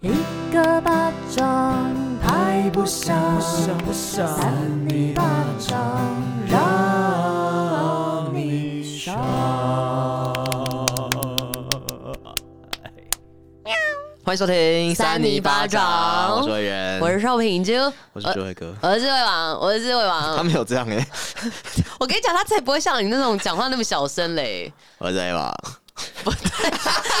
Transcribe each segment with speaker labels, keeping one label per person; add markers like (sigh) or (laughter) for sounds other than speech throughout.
Speaker 1: 一个巴掌拍不响，
Speaker 2: 不想
Speaker 1: 扇你巴掌让你爽。
Speaker 3: 欢迎收听
Speaker 4: 三尼巴掌
Speaker 3: 我是伟人，
Speaker 4: 我是呃邵平就
Speaker 3: 我是智慧哥，
Speaker 4: 我是魏王，我是魏
Speaker 3: 他
Speaker 4: 王。
Speaker 3: 没有这样哎，
Speaker 4: 我跟你讲，他才不会像你那种讲话那么小声
Speaker 3: (laughs)
Speaker 4: 嘞。
Speaker 3: (laughs) 我在吧，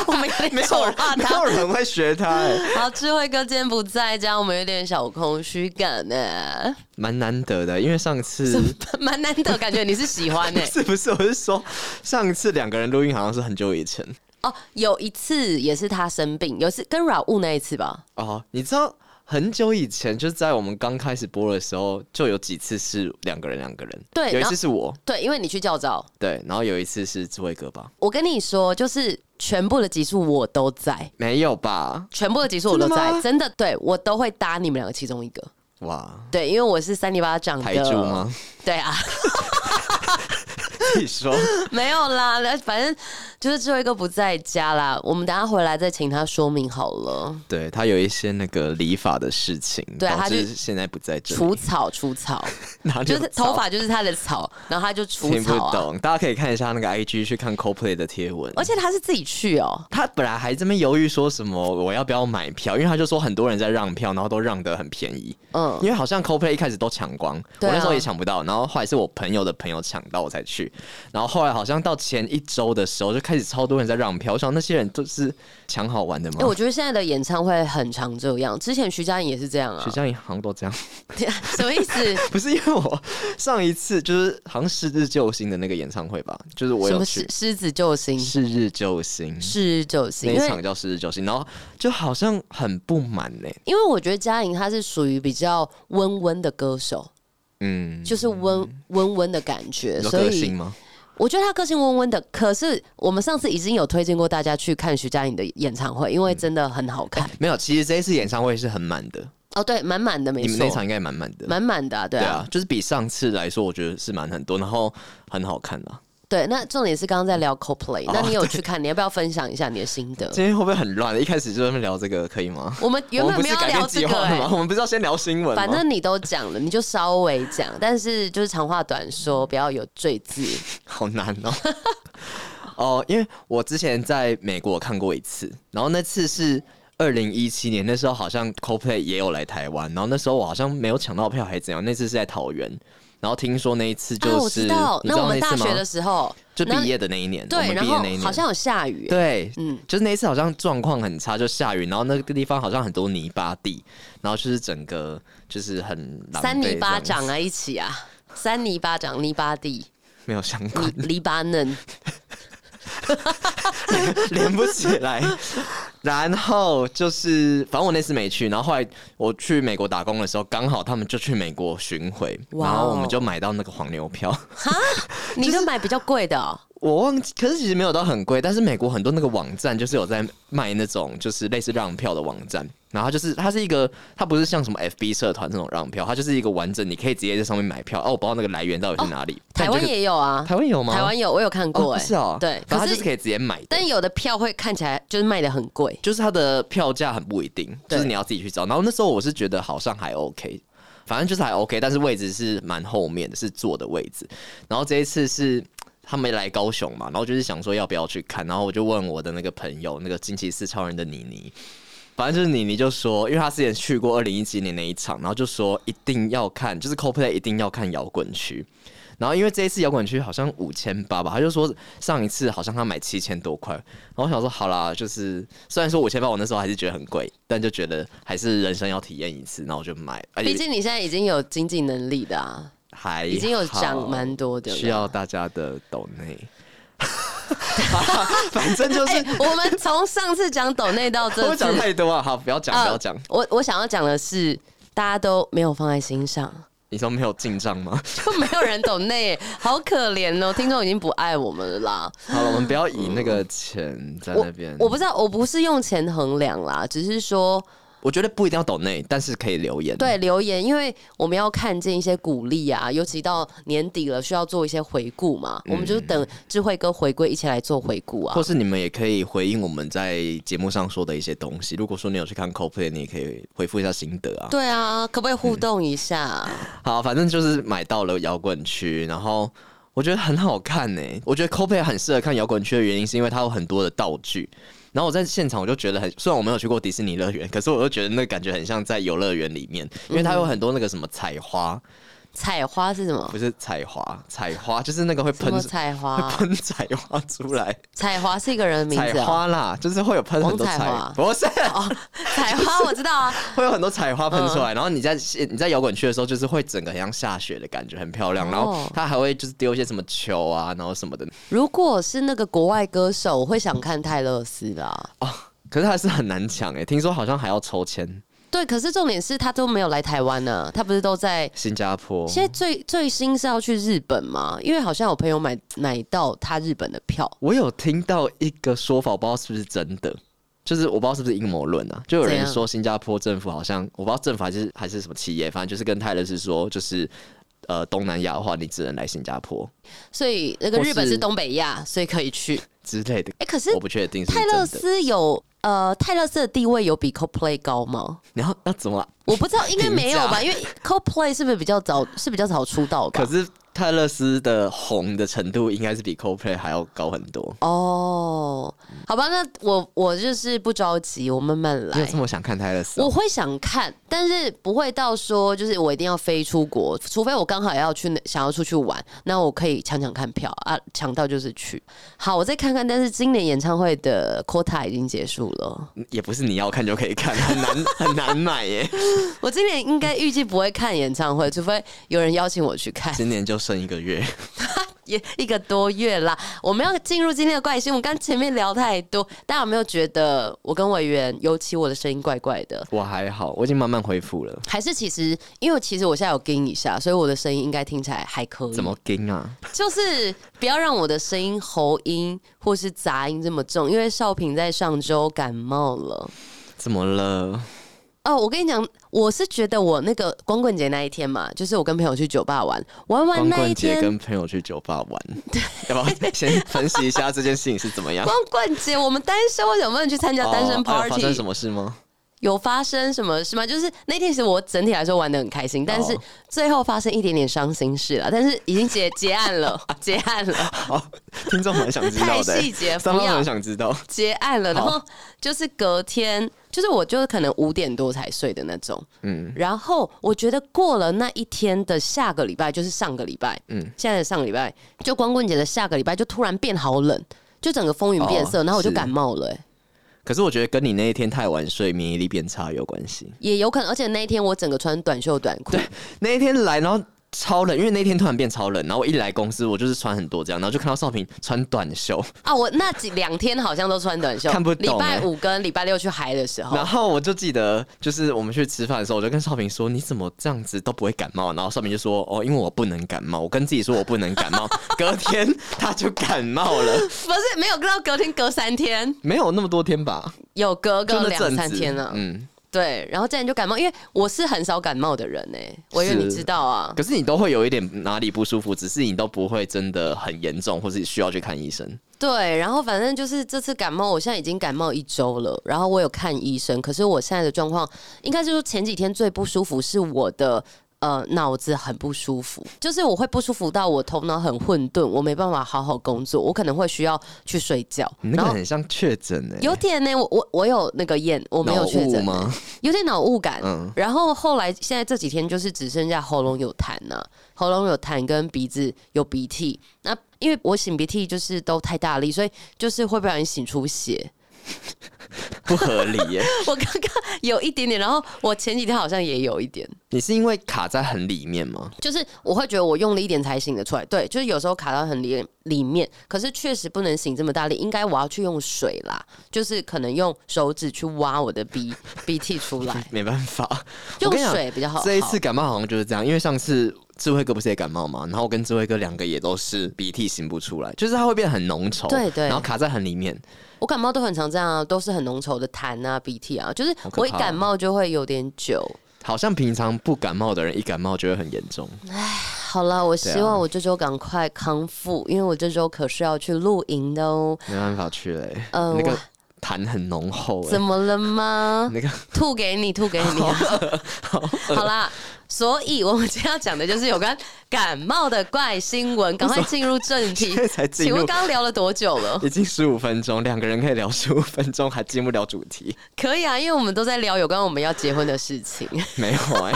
Speaker 4: 我们有点丑化
Speaker 3: 没
Speaker 4: 他
Speaker 3: 有。人会学他哎，
Speaker 4: 好，智慧哥今天不在家，我们有点小空虚感呢、
Speaker 3: 蛮难得的，因为上次
Speaker 4: 蛮难得，感觉你是喜欢呢、
Speaker 3: 不嗯 (laughs) 是不是，我是说上次两个人录音好像是很久以前
Speaker 4: 哦，有一次也是他生病，有一次跟软物那一次吧。
Speaker 3: 哦，你知道。很久以前，就是在我们刚开始播的时候，就有几次是两个人两个人。
Speaker 4: 对
Speaker 3: 有
Speaker 4: 然
Speaker 3: 一
Speaker 4: 后
Speaker 3: 次是我，
Speaker 4: 对，因为你去教招，
Speaker 3: 对，然后有一次是智慧哥吧？
Speaker 4: 我跟你说，就是全部的集数我都在，
Speaker 3: 没有吧？
Speaker 4: 全部的集数我都在，
Speaker 3: 真的
Speaker 4: 真
Speaker 3: 吗
Speaker 4: 的，对我都会搭你们两个其中一个。
Speaker 3: 哇，
Speaker 4: 对，因为我是三里八掌的
Speaker 3: 台柱吗？
Speaker 4: 对啊， (laughs)
Speaker 3: 自己说，
Speaker 4: 没有啦，那反正就是最后一个不在家啦。我们等下回来再请他说明好了。
Speaker 3: 对他有一些那个理发的事情，
Speaker 4: 对
Speaker 3: 导
Speaker 4: 他就
Speaker 3: 致现在不在这里。
Speaker 4: 除
Speaker 3: (laughs)
Speaker 4: 草，除草，
Speaker 3: 哪里
Speaker 4: 就
Speaker 3: 有
Speaker 4: 是
Speaker 3: 草
Speaker 4: 头发就是他的草，然后他就除
Speaker 3: 听不
Speaker 4: 草啊。
Speaker 3: 懂，大家可以看一下那个 IG 去看 CoPlay 的贴文。
Speaker 4: 而且他是自己去哦，
Speaker 3: 他本来还这边犹豫说什么我要不要买票，因为他就说很多人在让票，然后都让得很便宜。
Speaker 4: 嗯，
Speaker 3: 因为好像 CoPlay 一开始都抢光，
Speaker 4: 对啊
Speaker 3: 我那时候也抢不到，然后后来是我朋友的朋友抢到我才去，然后后来好像到前一周的时候就开始超多人在让票，我想那些人都是抢好玩的吗？
Speaker 4: 哎、我觉得现在的演唱会很常这样，之前徐佳莹也是这样啊
Speaker 3: 徐，佳莹好像都这样，
Speaker 4: (laughs) 什么意思？
Speaker 3: 不是因为我上一次就是好像是日救星的那个演唱会吧，就是 (laughs) 我
Speaker 4: 什
Speaker 3: 有
Speaker 4: 么狮
Speaker 3: 去
Speaker 4: 狮子救星？
Speaker 3: 是日救星，
Speaker 4: 是救
Speaker 3: 那
Speaker 4: 星，
Speaker 3: 一
Speaker 4: 因
Speaker 3: 场
Speaker 4: 为
Speaker 3: 叫十日九星，然后就好像很不满欸呢、
Speaker 4: 因为我觉得佳莹她是属于比较温温的歌手，
Speaker 3: 嗯，
Speaker 4: 就是温温温的感觉，
Speaker 3: 有
Speaker 4: 所
Speaker 3: 个
Speaker 4: 以
Speaker 3: 性吗？
Speaker 4: 我觉得他个性温温的，可是我们上次已经有推荐过大家去看徐佳莹的演唱会，因为真的很好看。
Speaker 3: 没有，其实这一次演唱会是很满的，
Speaker 4: 哦，对，满满的没
Speaker 3: 你们
Speaker 4: 错
Speaker 3: 那，场应该满满的，
Speaker 4: (laughs) 满满的、啊，对
Speaker 3: 对
Speaker 4: 啊
Speaker 3: 啊，，就是比上次来说，我觉得是满很多，然后很好看啊啦。
Speaker 4: 对。那重点是刚刚在聊 CoPlay，、
Speaker 3: 哦
Speaker 4: 那你有去看？你要不要分享一下你的心
Speaker 3: (laughs)
Speaker 4: 得？
Speaker 3: 今天会不会很乱？一开始就在那边聊这个，可以吗？
Speaker 4: 我们原
Speaker 3: 我们
Speaker 4: 本没
Speaker 3: 不是
Speaker 4: 有要
Speaker 3: 改变
Speaker 4: 聊这
Speaker 3: 计
Speaker 4: 个、
Speaker 3: (laughs) 划的吗？
Speaker 4: 哎
Speaker 3: 我们不是要先聊新闻吗？
Speaker 4: 反正你都讲了，你就稍微讲，但是就是长话短说，不要有赘字。
Speaker 3: 好难哦。 (laughs) 哦，因为我之前在美国看过一次，然后那次是二零一七年，那时候好像 CoPlay 也有来台湾，然后那时候我好像没有抢到票还是怎样，那次是在桃园，然后听说那一次
Speaker 4: 啊，
Speaker 3: 就
Speaker 4: 我
Speaker 3: 是、
Speaker 4: 知道，
Speaker 3: 你
Speaker 4: 那我们
Speaker 3: 那
Speaker 4: 大
Speaker 3: 次吗
Speaker 4: 学的时候，
Speaker 3: 就
Speaker 4: 然后
Speaker 3: 毕业的那一年，我
Speaker 4: 对，
Speaker 3: 们
Speaker 4: 然
Speaker 3: 毕业
Speaker 4: 后
Speaker 3: 那一年
Speaker 4: 好像有下雨、哎
Speaker 3: 对，
Speaker 4: 嗯
Speaker 3: 嗯，就是那一次好像状况很差，就下雨，然后那个地方好像很多泥巴地，然后就是整个就是很狼狈
Speaker 4: 三泥巴
Speaker 3: 这样
Speaker 4: 掌啊，一起啊，三泥巴掌，泥巴地。
Speaker 3: 没有相关
Speaker 4: 黎，黎巴
Speaker 3: (laughs)
Speaker 4: 嫩，
Speaker 3: 连不起
Speaker 4: (laughs)
Speaker 3: 来。然后就是，反正我那次没去，然后后来我去美国打工的时候，刚好他们就去美国巡回，
Speaker 4: 哇哦
Speaker 3: 然后我们就买到那个黄牛票。
Speaker 4: 你就买比较贵的、哦，
Speaker 3: 我忘记，可是其实没有到很贵，但是美国很多那个网站就是有在卖那种就是类似让票的网站，然后它就是它是一个，它不是像什么 FB 社团那种让票，它就是一个完整，你可以直接在上面买票。哦，我不知道那个来源到底是哪里。但
Speaker 4: 哦台
Speaker 3: 你就
Speaker 4: 湾也有啊，
Speaker 3: 台湾有吗？
Speaker 4: 台湾有，我有看
Speaker 3: 哦
Speaker 4: 过、哎、
Speaker 3: 不是哦，
Speaker 4: 对，
Speaker 3: 反正它
Speaker 4: 可
Speaker 3: 就是是可以直接买的。
Speaker 4: 但有的票会看起来就是卖的很贵，
Speaker 3: 就是它的票价很不一定，
Speaker 4: 对
Speaker 3: 就是你要自己去找。然后那时候我是觉得好像还 OK，反正就是还 OK，但是位置是蛮后面的，是坐的位置。然后这一次是他们来高雄嘛，然后就是想说要不要去看，然后我就问我的那个朋友，那个惊奇四超人的妮妮。反正就是妮妮就说，因为她之前去过二零一七年那一场，然后就说一定要看，就是 CoPlay 一定要看摇滚区。然后因为这一次摇滚区好像五千八吧，他就说上一次好像他买七千多块，然后我想说好啦，就是虽然说五千八我那时候还是觉得很贵，但就觉得还是人生要体验一次，那我就买，而
Speaker 4: 毕
Speaker 3: 且
Speaker 4: 竟你现在已经有经济能力的啊，
Speaker 3: 还
Speaker 4: 已经有
Speaker 3: 好
Speaker 4: 涨蛮多的了
Speaker 3: 需要大家的抖
Speaker 4: (laughs)
Speaker 3: 内。好啦反正就是、
Speaker 4: 哎、我们从上次讲抖内到
Speaker 3: (laughs) 我
Speaker 4: 这
Speaker 3: 会
Speaker 4: 次，
Speaker 3: 讲太多啊了，好，不要讲，
Speaker 4: 呃
Speaker 3: 不要讲。
Speaker 4: 我我想要讲的是，大家都没有放在心上，
Speaker 3: 你说没有进账吗？
Speaker 4: 就没有人抖内、哎好可怜哦，听众已经不爱我们了啦。
Speaker 3: 好了，我们不要以那个钱在
Speaker 4: 我
Speaker 3: 那边。
Speaker 4: 我不知道，我不是用钱衡量啦，只是说，
Speaker 3: 我觉得不一定要抖内，但是可以留言。
Speaker 4: 对，留言，因为我们要看见一些鼓励啊，尤其到年底了，需要做一些回顾嘛，我们就等智慧哥回归，一起来做回顾啊
Speaker 3: 嗯或。是你们也可以回应我们在节目上说的一些东西。如果说你有去看 CoPlay，你也可以回复一下心得啊。
Speaker 4: 对啊，可不可以互动一下？
Speaker 3: 好，反正就是买到了摇滚区，然后我觉得很好看呢、我觉得 CoPlay 很适合看摇滚区的原因，是因为它有很多的道具。然后我在现场我就觉得很，虽然我没有去过迪士尼乐园，可是我就觉得那个感觉很像在游乐园里面，
Speaker 4: 嗯
Speaker 3: 因为它有很多那个什么彩花，
Speaker 4: 采花是什么
Speaker 3: 不？是彩花，彩花就是那个会
Speaker 4: 什
Speaker 3: 喷
Speaker 4: 么采
Speaker 3: (laughs) 会
Speaker 4: 花？
Speaker 3: 喷彩花出来，
Speaker 4: 采花是一个人的名
Speaker 3: 彩
Speaker 4: 字哦。
Speaker 3: 花啦，就是会有喷很多
Speaker 4: 王彩华
Speaker 3: 不是。
Speaker 4: 哦，采花我知道啊。
Speaker 3: (laughs) 会有很多彩花喷出
Speaker 4: 嗯
Speaker 3: 来，然后你在你在摇滚区的时候，就是会整个很像下雪的感觉，很漂亮。然后
Speaker 4: 哦
Speaker 3: 它还会就是丢一些什么球啊，然后什么的。
Speaker 4: 如果是那个国外歌手，我会想看泰勒斯啊啦。
Speaker 3: 哦可是还是很难抢哎、听说好像还要抽签。
Speaker 4: 对，可是重点是他都没有来台湾呢、他不是都在。
Speaker 3: 新加坡，
Speaker 4: 现在最最新是要去日本嘛？因为好像有朋友买买到他日本的票，
Speaker 3: 我有听到一个说法，我不知道是不是真的，就是我不知道是不是阴谋论啊，就有
Speaker 4: 怎
Speaker 3: 人
Speaker 4: 样
Speaker 3: 说新加坡政府好像我不知道政府还是还是什么企业，反正就是跟泰勒斯说，就是呃东南亚的话，你只能来新加坡
Speaker 4: 所以那个
Speaker 3: 或是
Speaker 4: 日本是东北亚，所以可以去。
Speaker 3: 之类的。
Speaker 4: 哎、可是
Speaker 3: 我不确定是不
Speaker 4: 泰
Speaker 3: 是真
Speaker 4: 勒
Speaker 3: 的。
Speaker 4: 斯有呃，泰勒斯的地位有比 Coldplay 高吗？
Speaker 3: 然后那怎么啊、
Speaker 4: 我不知道，应该没有吧？
Speaker 3: (laughs)
Speaker 4: 因
Speaker 3: 评价
Speaker 4: 为 Coldplay 是不是比较早是比较早出道吧
Speaker 3: 可？是泰勒斯的红的程度应该是比 Coldplay 还要高很多。
Speaker 4: 哦，好吧，那我我就是不着急，我慢慢
Speaker 3: 你有
Speaker 4: 来
Speaker 3: 这。么想看泰勒斯哦、
Speaker 4: 哎我会想看，但是不会到说就是我一定要飞出国，除非我刚好要去那想要出去玩，那我可以抢抢看票啊，抢到就是去。好，我再看看，但是今年演唱会的 quota 已经结束了，
Speaker 3: 也不是你要看就可以看，很难 (laughs) 很难买耶。
Speaker 4: 我今年应该预计不会看演唱会，除非有人邀请我去看，
Speaker 3: 今年就剩一个月，
Speaker 4: (laughs) 也一个多月啦。我们要进入今天的怪新闻，我刚前面聊太多，大家有没有觉得我跟委员，尤其我的声音怪怪的？
Speaker 3: (laughs) 我还好，我已经慢慢恢复了。
Speaker 4: 还是其实，因为其实我现在有跟一下，所以我的声音应该听起来还可以。
Speaker 3: 怎么跟啊？
Speaker 4: 就是不要让我的声音喉音或是杂音这么重，因为少平在上周感冒了。
Speaker 3: 怎么了？
Speaker 4: 哦，我跟你讲，我是觉得我那个光棍节那一天嘛，就是我跟朋友去酒吧玩，玩完
Speaker 3: 光
Speaker 4: 那一
Speaker 3: 棍节
Speaker 4: 天，
Speaker 3: 跟朋友去酒吧
Speaker 4: (laughs)
Speaker 3: 玩，要不要先分析一下这件事情是怎 (laughs) 么样？
Speaker 4: 光棍节我们单身，为什么不能去参加单身
Speaker 3: 哦哎有发
Speaker 4: party？、
Speaker 3: 生什么事 (laughs) 吗？
Speaker 4: 有发生什么事吗？就是那天其实我整体来说玩的很开心，但是
Speaker 3: 哦
Speaker 4: 最后发生一点点伤心事了，但是已经结结案
Speaker 3: (laughs)
Speaker 4: 了，结案了。
Speaker 3: 好，哦听众蛮想知道的、
Speaker 4: 太细节
Speaker 3: 三方
Speaker 4: 不要
Speaker 3: 很想知道。
Speaker 4: 结案了，然
Speaker 3: 好
Speaker 4: 后就是隔天，就是我就是可能五点多才睡的那种，嗯，然后我觉得过了那一天的下个礼拜，就是上个礼拜，嗯，现在的上个礼拜，就光棍节的下个礼拜就突然变好冷，就整个风云变色，
Speaker 3: 哦
Speaker 4: 然后我就是感冒了、欸
Speaker 3: 可是我觉得跟你那一天太晚睡，免疫力变差有关系。
Speaker 4: 也有可能，而且那一天我整个穿短袖短裤，
Speaker 3: 那一天来，然后超冷，因为那一天突然变超冷，然后我一来公司，我就是穿很多这样，然后就看到少平穿短袖，
Speaker 4: 啊，我那几两天好像都穿短袖，
Speaker 3: 看不懂
Speaker 4: 礼拜
Speaker 3: 欸
Speaker 4: 五跟礼拜六去嗨的时候
Speaker 3: 然，后我就记得，就是我们去吃饭的时候，我就跟少平说：“你怎么这样子都不会感冒？”然后少平就说：“哦，因为我不能感冒，我跟自己说我不能感冒， (laughs) 隔天他就感冒了，
Speaker 4: 不是没有到隔天，隔三天
Speaker 3: 没有那么多天吧，
Speaker 4: 有隔
Speaker 3: 就
Speaker 4: 个
Speaker 3: 那阵
Speaker 4: 两
Speaker 3: 子，
Speaker 4: 三天啊了、
Speaker 3: 嗯，
Speaker 4: 对，然后这样就感冒，因为我是很少感冒的人呢、我以为
Speaker 3: 是
Speaker 4: 你知道啊。
Speaker 3: 可是你都会有一点哪里不舒服，只是你都不会真的很严重，或是需要去看医生。
Speaker 4: 对，然后反正就是这次感冒，我现在已经感冒一周了，然后我有看医生，可是我现在的状况，应该是说前几天最不舒服是我的。呃，脑子很不舒服，就是我会不舒服到我头脑很混沌，我没办法好好工作，我可能会需要去睡觉。
Speaker 3: 你那
Speaker 4: 然
Speaker 3: 个
Speaker 4: 后
Speaker 3: 很像确诊哎、
Speaker 4: 有点呢、我我我有那个验，我没有确
Speaker 3: 脑雾
Speaker 4: 诊、
Speaker 3: 吗？
Speaker 4: 有点脑雾感，
Speaker 3: 嗯
Speaker 4: 然后后来现在这几天就是只剩下喉咙有痰呐、喉咙有痰跟鼻子有鼻涕。那因为我擤鼻涕就是都太大力，所以就是会不小心擤出血。 (laughs)
Speaker 3: 不合理耶、
Speaker 4: 我刚刚有一点点，然后我前几天好像也有一点，
Speaker 3: 你是因为卡在很里面吗？，
Speaker 4: 就是我会觉得我用力一点才擤得出来。对，就是有时候卡到很里里面，可是确实不能擤这么大力，应该我要去用水啦，就是可能用手指去挖我的鼻 (laughs) 鼻涕出来
Speaker 3: 没办法，我
Speaker 4: 用
Speaker 3: 跟你讲
Speaker 4: 水比较好。
Speaker 3: 这一次感冒好像就是这样，因为上次智慧哥不是也感冒吗？然后我跟智慧哥两个也都是鼻涕擤不出来，就是它会变得很浓稠，
Speaker 4: 对对
Speaker 3: 然后卡在很里面。
Speaker 4: 我感冒都很常这样啊，都是很浓稠的痰啊、鼻涕啊，就是
Speaker 3: 好可怕哦
Speaker 4: 我一感冒就会有点久。
Speaker 3: 好像平常不感冒的人一感冒就会很严重。
Speaker 4: 好了，我
Speaker 3: 对啊
Speaker 4: 希望我这周赶快康复，因为我这周可是要去露营的哦。
Speaker 3: 没办法去嘞、
Speaker 4: 呃
Speaker 3: 那个
Speaker 4: 我
Speaker 3: 痰很浓厚、欸，
Speaker 4: 怎么了吗？
Speaker 3: 那个 (laughs)
Speaker 4: 吐给你，吐给你。啊 (laughs) 好啦，所以我们今天要讲的就是有关感冒的怪新闻，赶快进入正题
Speaker 3: (laughs) 现在。才进入？
Speaker 4: 请问刚刚聊了多久了
Speaker 3: 已经十五分钟，两个人可以聊十五分钟，还进不了主
Speaker 4: (laughs)
Speaker 3: 题，
Speaker 4: 可以啊，因为我们都在聊有关我们要结婚的事情，
Speaker 3: 没有哎、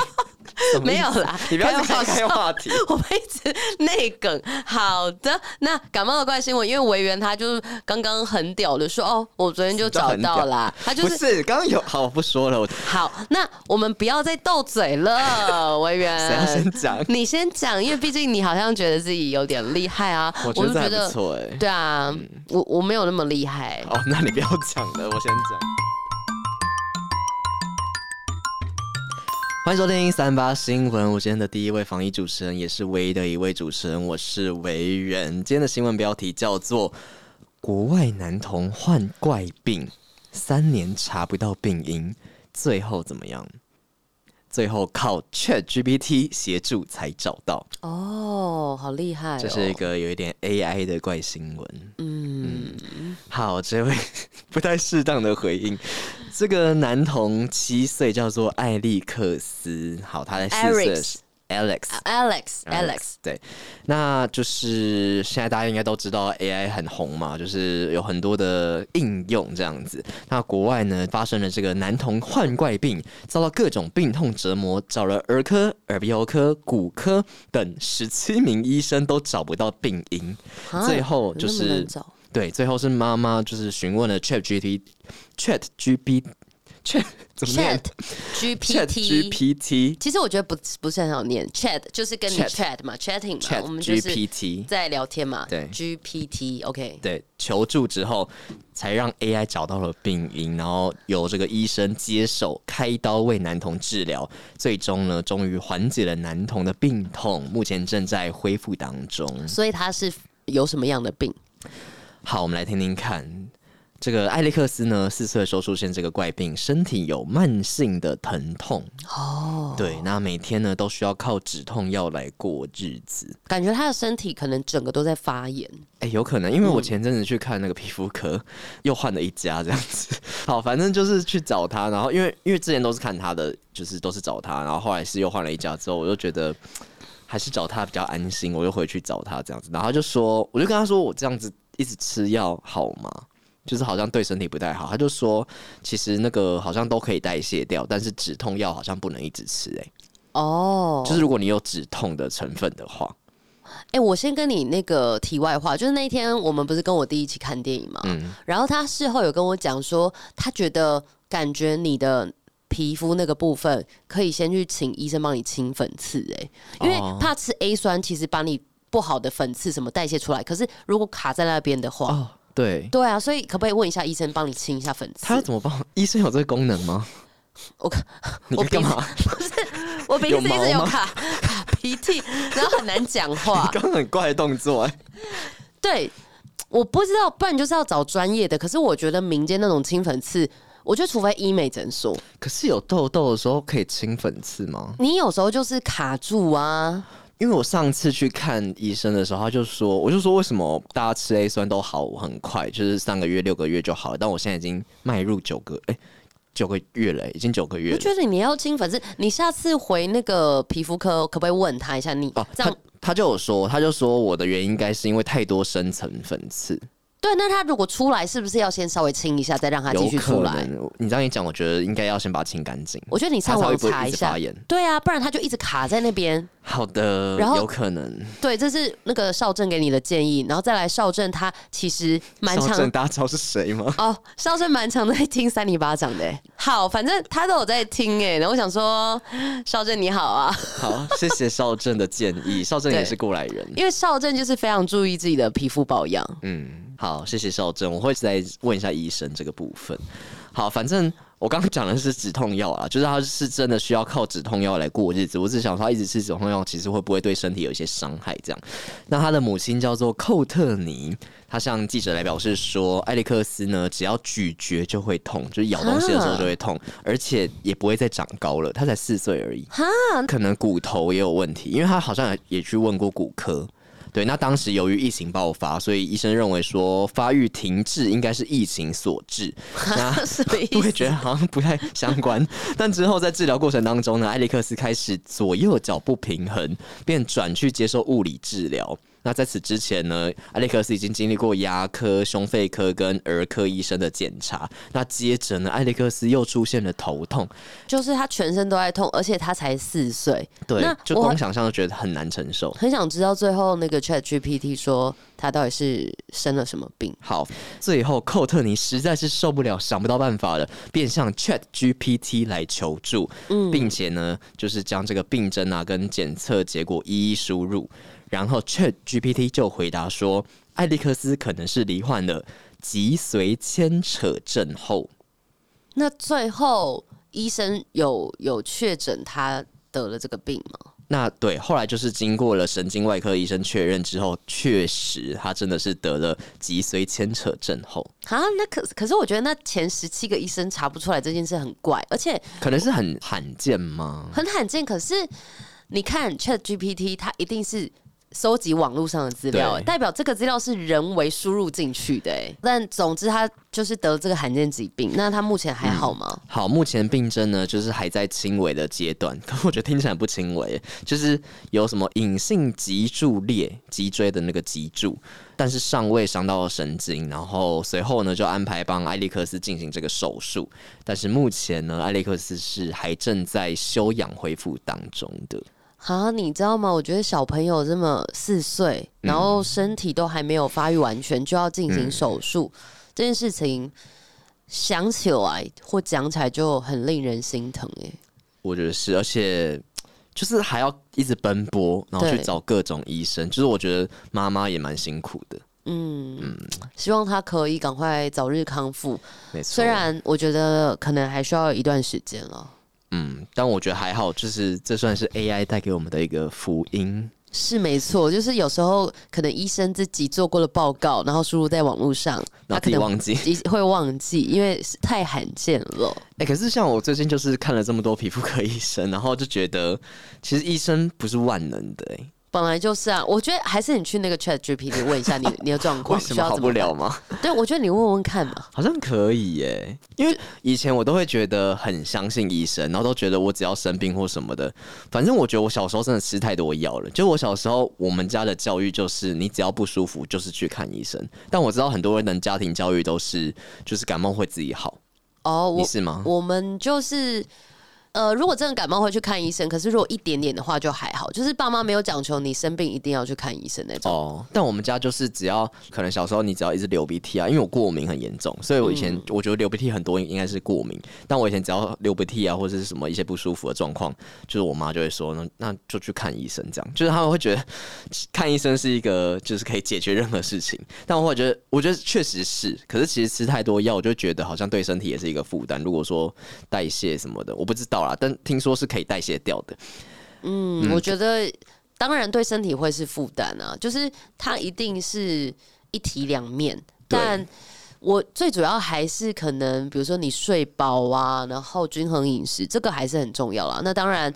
Speaker 3: 什么意思
Speaker 4: 没有啦
Speaker 3: 你不要再
Speaker 4: 开
Speaker 3: 岔
Speaker 4: 玩笑
Speaker 3: 开话题。
Speaker 4: (laughs) 我们一直内梗。好的，那感冒的怪新闻，因为维园他就是刚刚很屌的说，哦，我昨天就找到啦，他就
Speaker 3: 不
Speaker 4: 是
Speaker 3: 是，刚刚有好，我不说了，我
Speaker 4: 好，那我们不要再斗嘴了，维园。
Speaker 3: 谁要先讲？
Speaker 4: 你先讲，因为毕竟你好像觉得自己有点厉害啊。
Speaker 3: 我觉
Speaker 4: 就
Speaker 3: 得还不错哎、嗯
Speaker 4: 对啊，我我没有那么厉害。
Speaker 3: 哦，那你不要讲了，我先讲。欢迎收听三八新闻，我今天的第一位防疫主持人，也是唯一的一位主持人，我是维人。今天的新闻标题叫做《国外男童患怪病，三年查不到病因，最后怎么样？最后靠 Chat GPT 协助才找到。
Speaker 4: 哦，好厉害、哦！
Speaker 3: 这是一个有一点 AI 的怪新闻。嗯好，这位 (laughs) 不太适当的回应。这个男童七岁，叫做艾利克斯。好，他在四岁的时 Alex。
Speaker 4: Alex Alex
Speaker 3: 对，那就是现在大家应该都知道 AI 很红嘛，就是有很多的应用这样子。那国外呢发生了这个男童患怪病，遭到各种病痛折磨，找了儿科、耳鼻喉科、骨科等十七名医生都找不到病因，
Speaker 4: 啊
Speaker 3: 最后就
Speaker 4: 有那么
Speaker 3: 是
Speaker 4: 难找
Speaker 3: 对，最后是妈妈就是询问了 Chat GPT、Chat GB、Chat 怎么
Speaker 4: Chat
Speaker 3: 念
Speaker 4: GPT。
Speaker 3: GPT、
Speaker 4: 其实我觉得不不是很好念，Chat 就是跟你
Speaker 3: Chat
Speaker 4: Chat 嘛，chatting 嘛
Speaker 3: Chat
Speaker 4: 我们就是
Speaker 3: GPT
Speaker 4: 在聊天嘛，
Speaker 3: 对
Speaker 4: ，GPT，OK，、
Speaker 3: 对求助之后，才让 AI 找到了病因，然后由这个医生接手开刀为男童治疗，最终呢，终于缓解了男童的病痛，目前正在恢复当中。
Speaker 4: 所以他是有什么样的病？
Speaker 3: 好，我们来听听看。这个艾利克斯呢，四岁的时候出现这个怪病，身体有慢性的疼痛，
Speaker 4: 哦，
Speaker 3: 对，那每天呢都需要靠止痛药来过日子。
Speaker 4: 感觉他的身体可能整个都在发炎，
Speaker 3: 哎、有可能，因为我前阵子去看那个皮肤科，又换了一家这样子。好，反正就是去找他，然后因为因为之前都是看他的，就是都是找他，然后后来是又换了一家之后，我就觉得还是找他比较安心，我就回去找他这样子。然后他就说，我就跟他说，我这样子一直吃药好吗？就是好像对身体不太好。他就说，其实那个好像都可以代谢掉，但是止痛药好像不能一直吃、欸。哎，
Speaker 4: 哦，
Speaker 3: 就是如果你有止痛的成分的话，
Speaker 4: 哎、我先跟你那个题外话，就是那一天我们不是跟我弟一起看电影嘛，
Speaker 3: 嗯
Speaker 4: 然后他事后有跟我讲说，他觉得感觉你的皮肤那个部分可以先去请医生帮你清粉刺、欸，因为
Speaker 3: 哦
Speaker 4: 怕吃 A 酸，其实把你不好的粉刺什么代谢出来，可是如果卡在那边的话，
Speaker 3: 哦，对。
Speaker 4: 对啊，所以可不可以问一下医生帮你清一下粉
Speaker 3: 他要
Speaker 4: 刺？
Speaker 3: 怎么帮？医生有这个功能吗？
Speaker 4: 我看
Speaker 3: 你
Speaker 4: 我
Speaker 3: 在干
Speaker 4: 鼻子 (laughs)
Speaker 3: 嘛？
Speaker 4: 我鼻
Speaker 3: 有
Speaker 4: 子一直
Speaker 3: 毛
Speaker 4: 有
Speaker 3: 吗
Speaker 4: 卡卡鼻涕，然后很难讲
Speaker 3: (laughs)
Speaker 4: 话。
Speaker 3: 刚很怪的动作、哎，
Speaker 4: 对，我不知道，不然就是要找专业的。可是我觉得民间那种清粉刺，我觉得除非医美诊所，
Speaker 3: 可是有痘痘的时候可以清粉刺吗？
Speaker 4: 你有时候就是卡住啊。
Speaker 3: 因为我上次去看医生的时候，他就说，我就说为什么大家吃 A 酸都好很快，就是三个月、六个月就好了，但我现在已经迈入九个，哎、九个月了、已经九个月
Speaker 4: 我
Speaker 3: 了。
Speaker 4: 觉得你要清粉刺，你下次回那个皮肤科，可不可以问他一下你？
Speaker 3: 哦，
Speaker 4: 这
Speaker 3: 他
Speaker 4: 样
Speaker 3: 他就有说，他就说我的原因应该是因为太多深层粉刺，
Speaker 4: 对，那他如果出来，是不是要先稍微清一下，再让他继
Speaker 3: 有
Speaker 4: 续
Speaker 3: 可
Speaker 4: 出来？
Speaker 3: 能。你这样一讲，我觉得应该要先把它清干净。
Speaker 4: 我觉得你上
Speaker 3: 他才会
Speaker 4: 网
Speaker 3: 不会
Speaker 4: 查
Speaker 3: 一直
Speaker 4: 下
Speaker 3: 发炎，
Speaker 4: 对啊，不然他就一直卡在那边。
Speaker 3: 好的，
Speaker 4: 然后
Speaker 3: 有可能。
Speaker 4: 对，这是那个少正给你的建议，然后再来少正他其实蛮
Speaker 3: 少
Speaker 4: 常
Speaker 3: 正大家知道是谁吗？
Speaker 4: 哦，上正蛮常在听三里巴掌的欸，好，反正他都有在听哎，然后我想说，少正你好啊，
Speaker 3: 好，谢谢少正的建议，少正也
Speaker 4: 对
Speaker 3: 是过来人。
Speaker 4: (laughs) 因为少正就是非常注意自己的皮肤保养，
Speaker 3: 嗯，好，谢谢少正，我会再问一下医生这个部分。好，反正我刚刚讲的是止痛药啊，就是他是真的需要靠止痛药来过日子。我只想说，他一直吃止痛药，其实会不会对身体有一些伤害？这样。那他的母亲叫做寇特尼，她向记者来表示说，艾利克斯呢，只要咀嚼就会痛，就是咬东西的时候就会痛，而且也不会再长高了。他才四岁而已，
Speaker 4: 哈，
Speaker 3: 可能骨头也有问题，因为他好像也也去问过骨科。对，那当时由于疫情爆发，所以医生认为说发育停滞应该是疫情所致。那
Speaker 4: (laughs) 什么意
Speaker 3: 我也
Speaker 4: 思？
Speaker 3: 觉得好像不太相关。但之后在治疗过程当中呢，艾利克斯开始左右脚不平衡，便转去接受物理治疗。那在此之前呢，艾利克斯已经经历过牙科、胸肺科跟儿科医生的检查。那接着呢，艾利克斯又出现了头痛，
Speaker 4: 就是他全身都在痛，而且他才四岁。
Speaker 3: 对
Speaker 4: 那，
Speaker 3: 就
Speaker 4: 我
Speaker 3: 光想象就觉得很难承受。
Speaker 4: 很想知道最后那个 Chat GPT 说他到底是生了什么病。
Speaker 3: 好，最后寇特尼实在是受不了，想不到办法了，便向 Chat GPT 来求助，并且呢，就是将这个病症啊跟检测结果一一输入，然后 Chat GPT 就回答说，艾利克斯可能是罹患了脊髓牵扯症候。
Speaker 4: 那最后医生有有确诊他得了这个病吗？
Speaker 3: 那对，后来就是经过了神经外科医生确认之后，确实他真的是得了脊髓牵扯症候，
Speaker 4: 啊，那可可是我觉得那前十七个医生查不出来这件事很怪，而且
Speaker 3: 可能是很罕见吗？
Speaker 4: 很罕见。可是你看 Chat GPT，它一定是收集网络上的资料、
Speaker 3: 对
Speaker 4: 欸代表这个资料是人为输入进去的、欸。但总之，他就是得了这个罕见疾病。那他目前还好吗？
Speaker 3: 好，目前病症呢，就是还在轻微的阶段，可我觉得听起来不轻微，就是有什么隐性脊柱裂，脊椎的那个脊柱，但是尚未伤到神经，然后随后呢就安排帮艾利克斯进行这个手术，但是目前呢，艾利克斯是还正在休养恢复当中的。
Speaker 4: 啊，你知道吗？我觉得小朋友这么四岁，然后身体都还没有发育完全，就要进行手术、这件事情，想起来或讲起来就很令人心疼哎、
Speaker 3: 我觉得是，而且就是还要一直奔波，然后去
Speaker 4: 对
Speaker 3: 找各种医生，就是我觉得妈妈也蛮辛苦的，
Speaker 4: 希望他可以赶快早日康复。
Speaker 3: 没错。
Speaker 4: 虽然我觉得可能还需要一段时间了。
Speaker 3: 嗯，但我觉得还好，就是这算是 AI 带给我们的一个福音。
Speaker 4: 是没错，就是有时候可能医生自己做过的报告，然后输入在网络上，他
Speaker 3: 然后
Speaker 4: 可
Speaker 3: 自己
Speaker 4: 能嗯
Speaker 3: 忘记，
Speaker 4: 自己会忘记，因为是太罕见了。
Speaker 3: 哎、可是像我最近就是看了这么多皮肤科医生，然后就觉得其实医生不是万能的、哎，
Speaker 4: 本来就是啊，我觉得还是你去那个 Chat GPT 问一
Speaker 3: (laughs)
Speaker 4: 下你你的状
Speaker 3: 为
Speaker 4: 况，
Speaker 3: 什
Speaker 4: 需
Speaker 3: 么
Speaker 4: 要
Speaker 3: 好
Speaker 4: 怎
Speaker 3: 不
Speaker 4: 么
Speaker 3: 了吗？
Speaker 4: 办？对，我觉得你问问看嘛。
Speaker 3: (laughs) 好像可以耶、因为以前我都会觉得很相信医生，然后都觉得我只要生病或什么的，反正我觉得我小时候真的吃太多药了。就我小时候，我们家的教育就是你只要不舒服就是去看医生，但我知道很多人的家庭教育都是就是感冒会自己好，
Speaker 4: 哦，
Speaker 3: 你
Speaker 4: 我
Speaker 3: 是吗？
Speaker 4: 我们就是。呃，如果真的感冒会去看医生，可是如果一点点的话就还好，就是爸妈没有讲求你生病一定要去看医生那种。
Speaker 3: 哦，但我们家就是只要可能小时候你只要一直流鼻涕啊，因为我过敏很严重，所以我以前我觉得流鼻涕很多应该是过敏，但我以前只要流鼻涕啊或者是什么一些不舒服的状况，就是我妈就会说那那就去看医生这样，就是他们会觉得看医生是一个就是可以解决任何事情，但我会觉得我觉得确实是，可是其实吃太多药，我就觉得好像对身体也是一个负担。如果说代谢什么的，我不知道啦，但听说是可以代谢掉的。
Speaker 4: 嗯，我觉得当然对身体会是负担啊，就是它一定是一体两面，
Speaker 3: 对
Speaker 4: 但我最主要还是可能，比如说你睡饱啊，然后均衡饮食，这个还是很重要啦。那当然。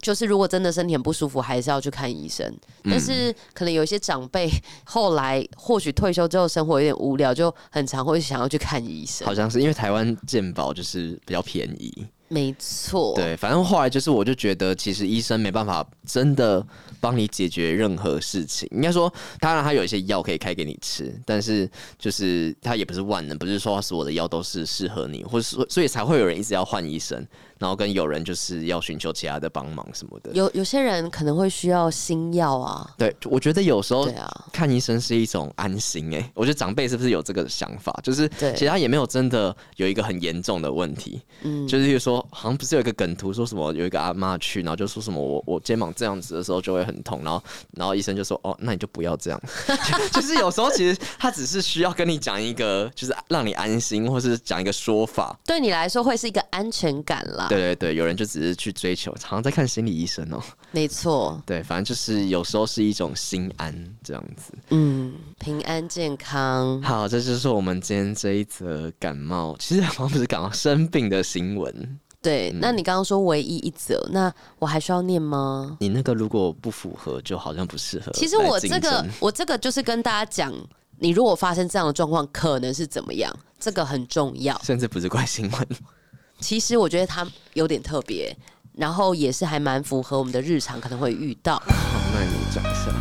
Speaker 4: 就是如果真的身体很不舒服，还是要去看医生。
Speaker 3: 嗯
Speaker 4: 但是可能有一些长辈后来或许退休之后生活有点无聊，就很常会想要去看医生。
Speaker 3: 好像是因为台湾健保就是比较便宜，
Speaker 4: 没错，
Speaker 3: 对，反正后来就是，我就觉得其实医生没办法真的帮你解决任何事情。应该说，当然他有一些药可以开给你吃，但是就是他也不是万能，不是说他所有的药都是适合你，或者说所以才会有人一直要换医生，然后跟有人就是要寻求其他的帮忙什么的。
Speaker 4: 有有些人可能会需要新药啊，
Speaker 3: 对，我觉得有时候
Speaker 4: 对啊。
Speaker 3: 看医生是一种安心哎、我觉得长辈是不是有这个想法？就是
Speaker 4: 对
Speaker 3: 其实他也没有真的有一个很严重的问题，嗯，就是例如说候，好像不是有一个梗图，说什么有一个阿妈去，然后就说什么我我肩膀这样子的时候就会很痛，然后然后医生就说哦，那你就不要这样。 (laughs) 就是有时候其实他只是需要跟你讲一个，就是让你安心，或是讲一个说法。
Speaker 4: 对你来说会是一个安全感啦。
Speaker 3: 对对对，有人就只是去追求，常常在看心理医生哦。
Speaker 4: 没错，
Speaker 3: 对，反正就是有时候是一种心安这样子。
Speaker 4: 嗯，平安健康。
Speaker 3: 好，这就是我们今天这一则感冒，其实好像不是感冒，生病的新闻。
Speaker 4: 对，那你刚刚说唯一一则，那我还需要念吗？
Speaker 3: 你那个如果不符合，就好像不适合。
Speaker 4: 其实我这个，我这个就是跟大家讲，你如果发生这样的状况，可能是怎么样，这个很重要。
Speaker 3: 甚至不是怪新闻，
Speaker 4: 其实我觉得它有点特别，然后也是还蛮符合我们的日常可能会遇到。
Speaker 3: 好，那你讲一下。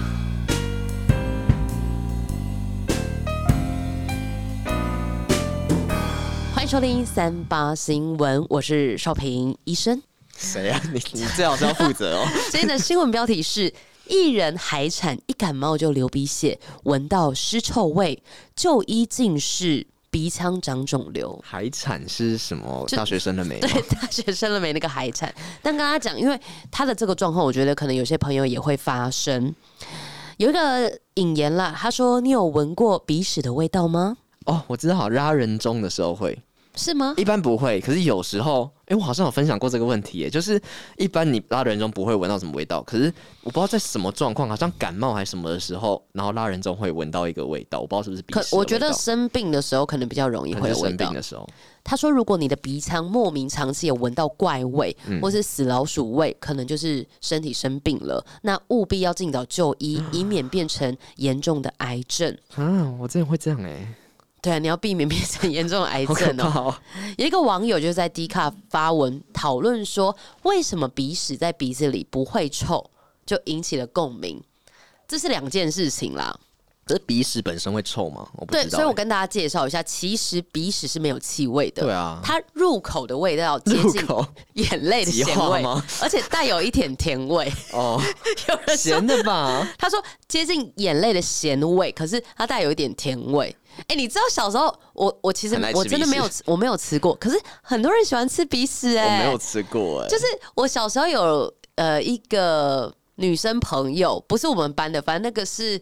Speaker 4: 欢迎收听三八新闻，我是少平医生。
Speaker 3: (laughs) 谁啊？你你最好是要负责哦。 (laughs)
Speaker 4: 今天的新闻标题是：艺人海产一感冒就流鼻血，闻到尸臭味，就医竟是鼻腔长肿瘤。
Speaker 3: 海产是什么？
Speaker 4: 就
Speaker 3: 大学生的美吗
Speaker 4: 对，大学生了没那个海产。但跟大家讲，因为他的这个状况，我觉得可能有些朋友也会发生。有一个引言啦，他说：“你有闻过鼻屎的味道吗？
Speaker 3: 哦，我知道，拉人中的时候会，
Speaker 4: 是吗？
Speaker 3: 一般不会，可是有时候，哎、我好像有分享过这个问题耶，就是一般你拉人中不会闻到什么味道，可是我不知道在什么状况，好像感冒还是什么的时候，然后拉人中会闻到一个味道，我不知道是不是鼻
Speaker 4: 可
Speaker 3: 屎的
Speaker 4: 我
Speaker 3: 味道。
Speaker 4: 觉得生病的时候可能比较容易
Speaker 3: 可
Speaker 4: 会
Speaker 3: 能
Speaker 4: 有
Speaker 3: 是
Speaker 4: 味
Speaker 3: 生
Speaker 4: 道
Speaker 3: 病。的时 (laughs) 候，
Speaker 4: 他说，如果你的鼻腔莫名长期有闻到怪味，
Speaker 3: 嗯
Speaker 4: 或是死老鼠味，可能就是身体生病了。那务必要尽早就
Speaker 3: (gasps)
Speaker 4: 医，以免变成严重的癌症。
Speaker 3: 啊，我真的会这样哎、
Speaker 4: 对啊，你要避免变成严重的癌
Speaker 3: 好可
Speaker 4: 症哦、
Speaker 3: 怕、哦。
Speaker 4: 有一个网友就在 D 卡发文讨论说，为什么鼻屎在鼻子里不会臭，就引起了共鸣。这是两件事情啦，
Speaker 3: 可是鼻屎本身会臭吗？我不知
Speaker 4: 对，
Speaker 3: 道欸。
Speaker 4: 所以我跟大家介绍一下，其实鼻屎是没有气味的，
Speaker 3: 对啊
Speaker 4: 它入口的味道接
Speaker 3: 入
Speaker 4: 近
Speaker 3: 口
Speaker 4: 眼泪的
Speaker 3: 即
Speaker 4: 咸
Speaker 3: (laughs) 化
Speaker 4: 味
Speaker 3: 吗，
Speaker 4: 而且带有一点甜味。
Speaker 3: (laughs)
Speaker 4: (laughs)
Speaker 3: (laughs) 哦，
Speaker 4: 有人说
Speaker 3: 咸的吧？
Speaker 4: 他说接近眼泪的咸味，可是它带有一点甜味。哎、你知道小时候我我其实
Speaker 3: 很爱吃
Speaker 4: 我真的
Speaker 3: 鼻屎
Speaker 4: 没有吃我没有吃过，可是很多人喜欢吃鼻屎
Speaker 3: 我
Speaker 4: 哎、
Speaker 3: 没有吃过哎、
Speaker 4: 就是我小时候有呃一个女生朋友，不是我们班的，反正那个是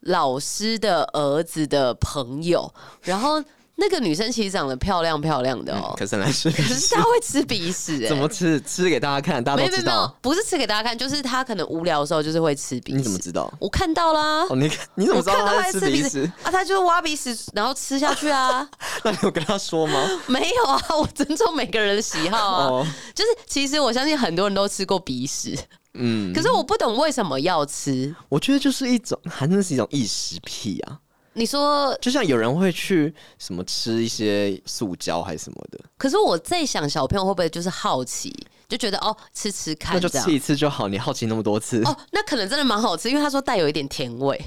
Speaker 4: 老师的儿子的朋友，然后那个女生其实长得漂亮漂亮的哦、
Speaker 3: 可是来吃，可
Speaker 4: 可
Speaker 3: (laughs)
Speaker 4: 是她会吃鼻屎哎、
Speaker 3: 嗯怎么吃？吃给大家看，大
Speaker 4: 没
Speaker 3: 家
Speaker 4: 有
Speaker 3: 都
Speaker 4: 没
Speaker 3: 知
Speaker 4: 有没有
Speaker 3: 道。，
Speaker 4: 不是吃给大家看，就是她可能无聊的时候就是会吃鼻屎。
Speaker 3: 你怎么知道？
Speaker 4: 我看到啦、
Speaker 3: 哦，你你怎么
Speaker 4: 我
Speaker 3: 知道
Speaker 4: 看到
Speaker 3: 他
Speaker 4: 她
Speaker 3: 在吃
Speaker 4: 吃鼻
Speaker 3: 鼻
Speaker 4: 屎
Speaker 3: 屎？
Speaker 4: 啊，她就是挖鼻屎，然后吃下去啊。
Speaker 3: (laughs) 那你有跟他说吗？
Speaker 4: 没有啊，我尊重每个人的喜好啊。
Speaker 3: 哦，
Speaker 4: 就是其实我相信很多人都吃过鼻屎，
Speaker 3: 嗯，
Speaker 4: 可是我不懂为什么要吃。
Speaker 3: 我觉得就是一种，还真是一种异食癖啊。
Speaker 4: 你说，
Speaker 3: 就像有人会去什么吃一些塑胶还是什么的，
Speaker 4: 可是我在想，小朋友会不会就是好奇，就觉得哦，吃吃
Speaker 3: 那
Speaker 4: 看
Speaker 3: 就
Speaker 4: 这
Speaker 3: 吃
Speaker 4: 样。
Speaker 3: 一次就好。你好奇那么多次，
Speaker 4: 哦，那可能真的蛮好吃，因为他说带有一点甜味，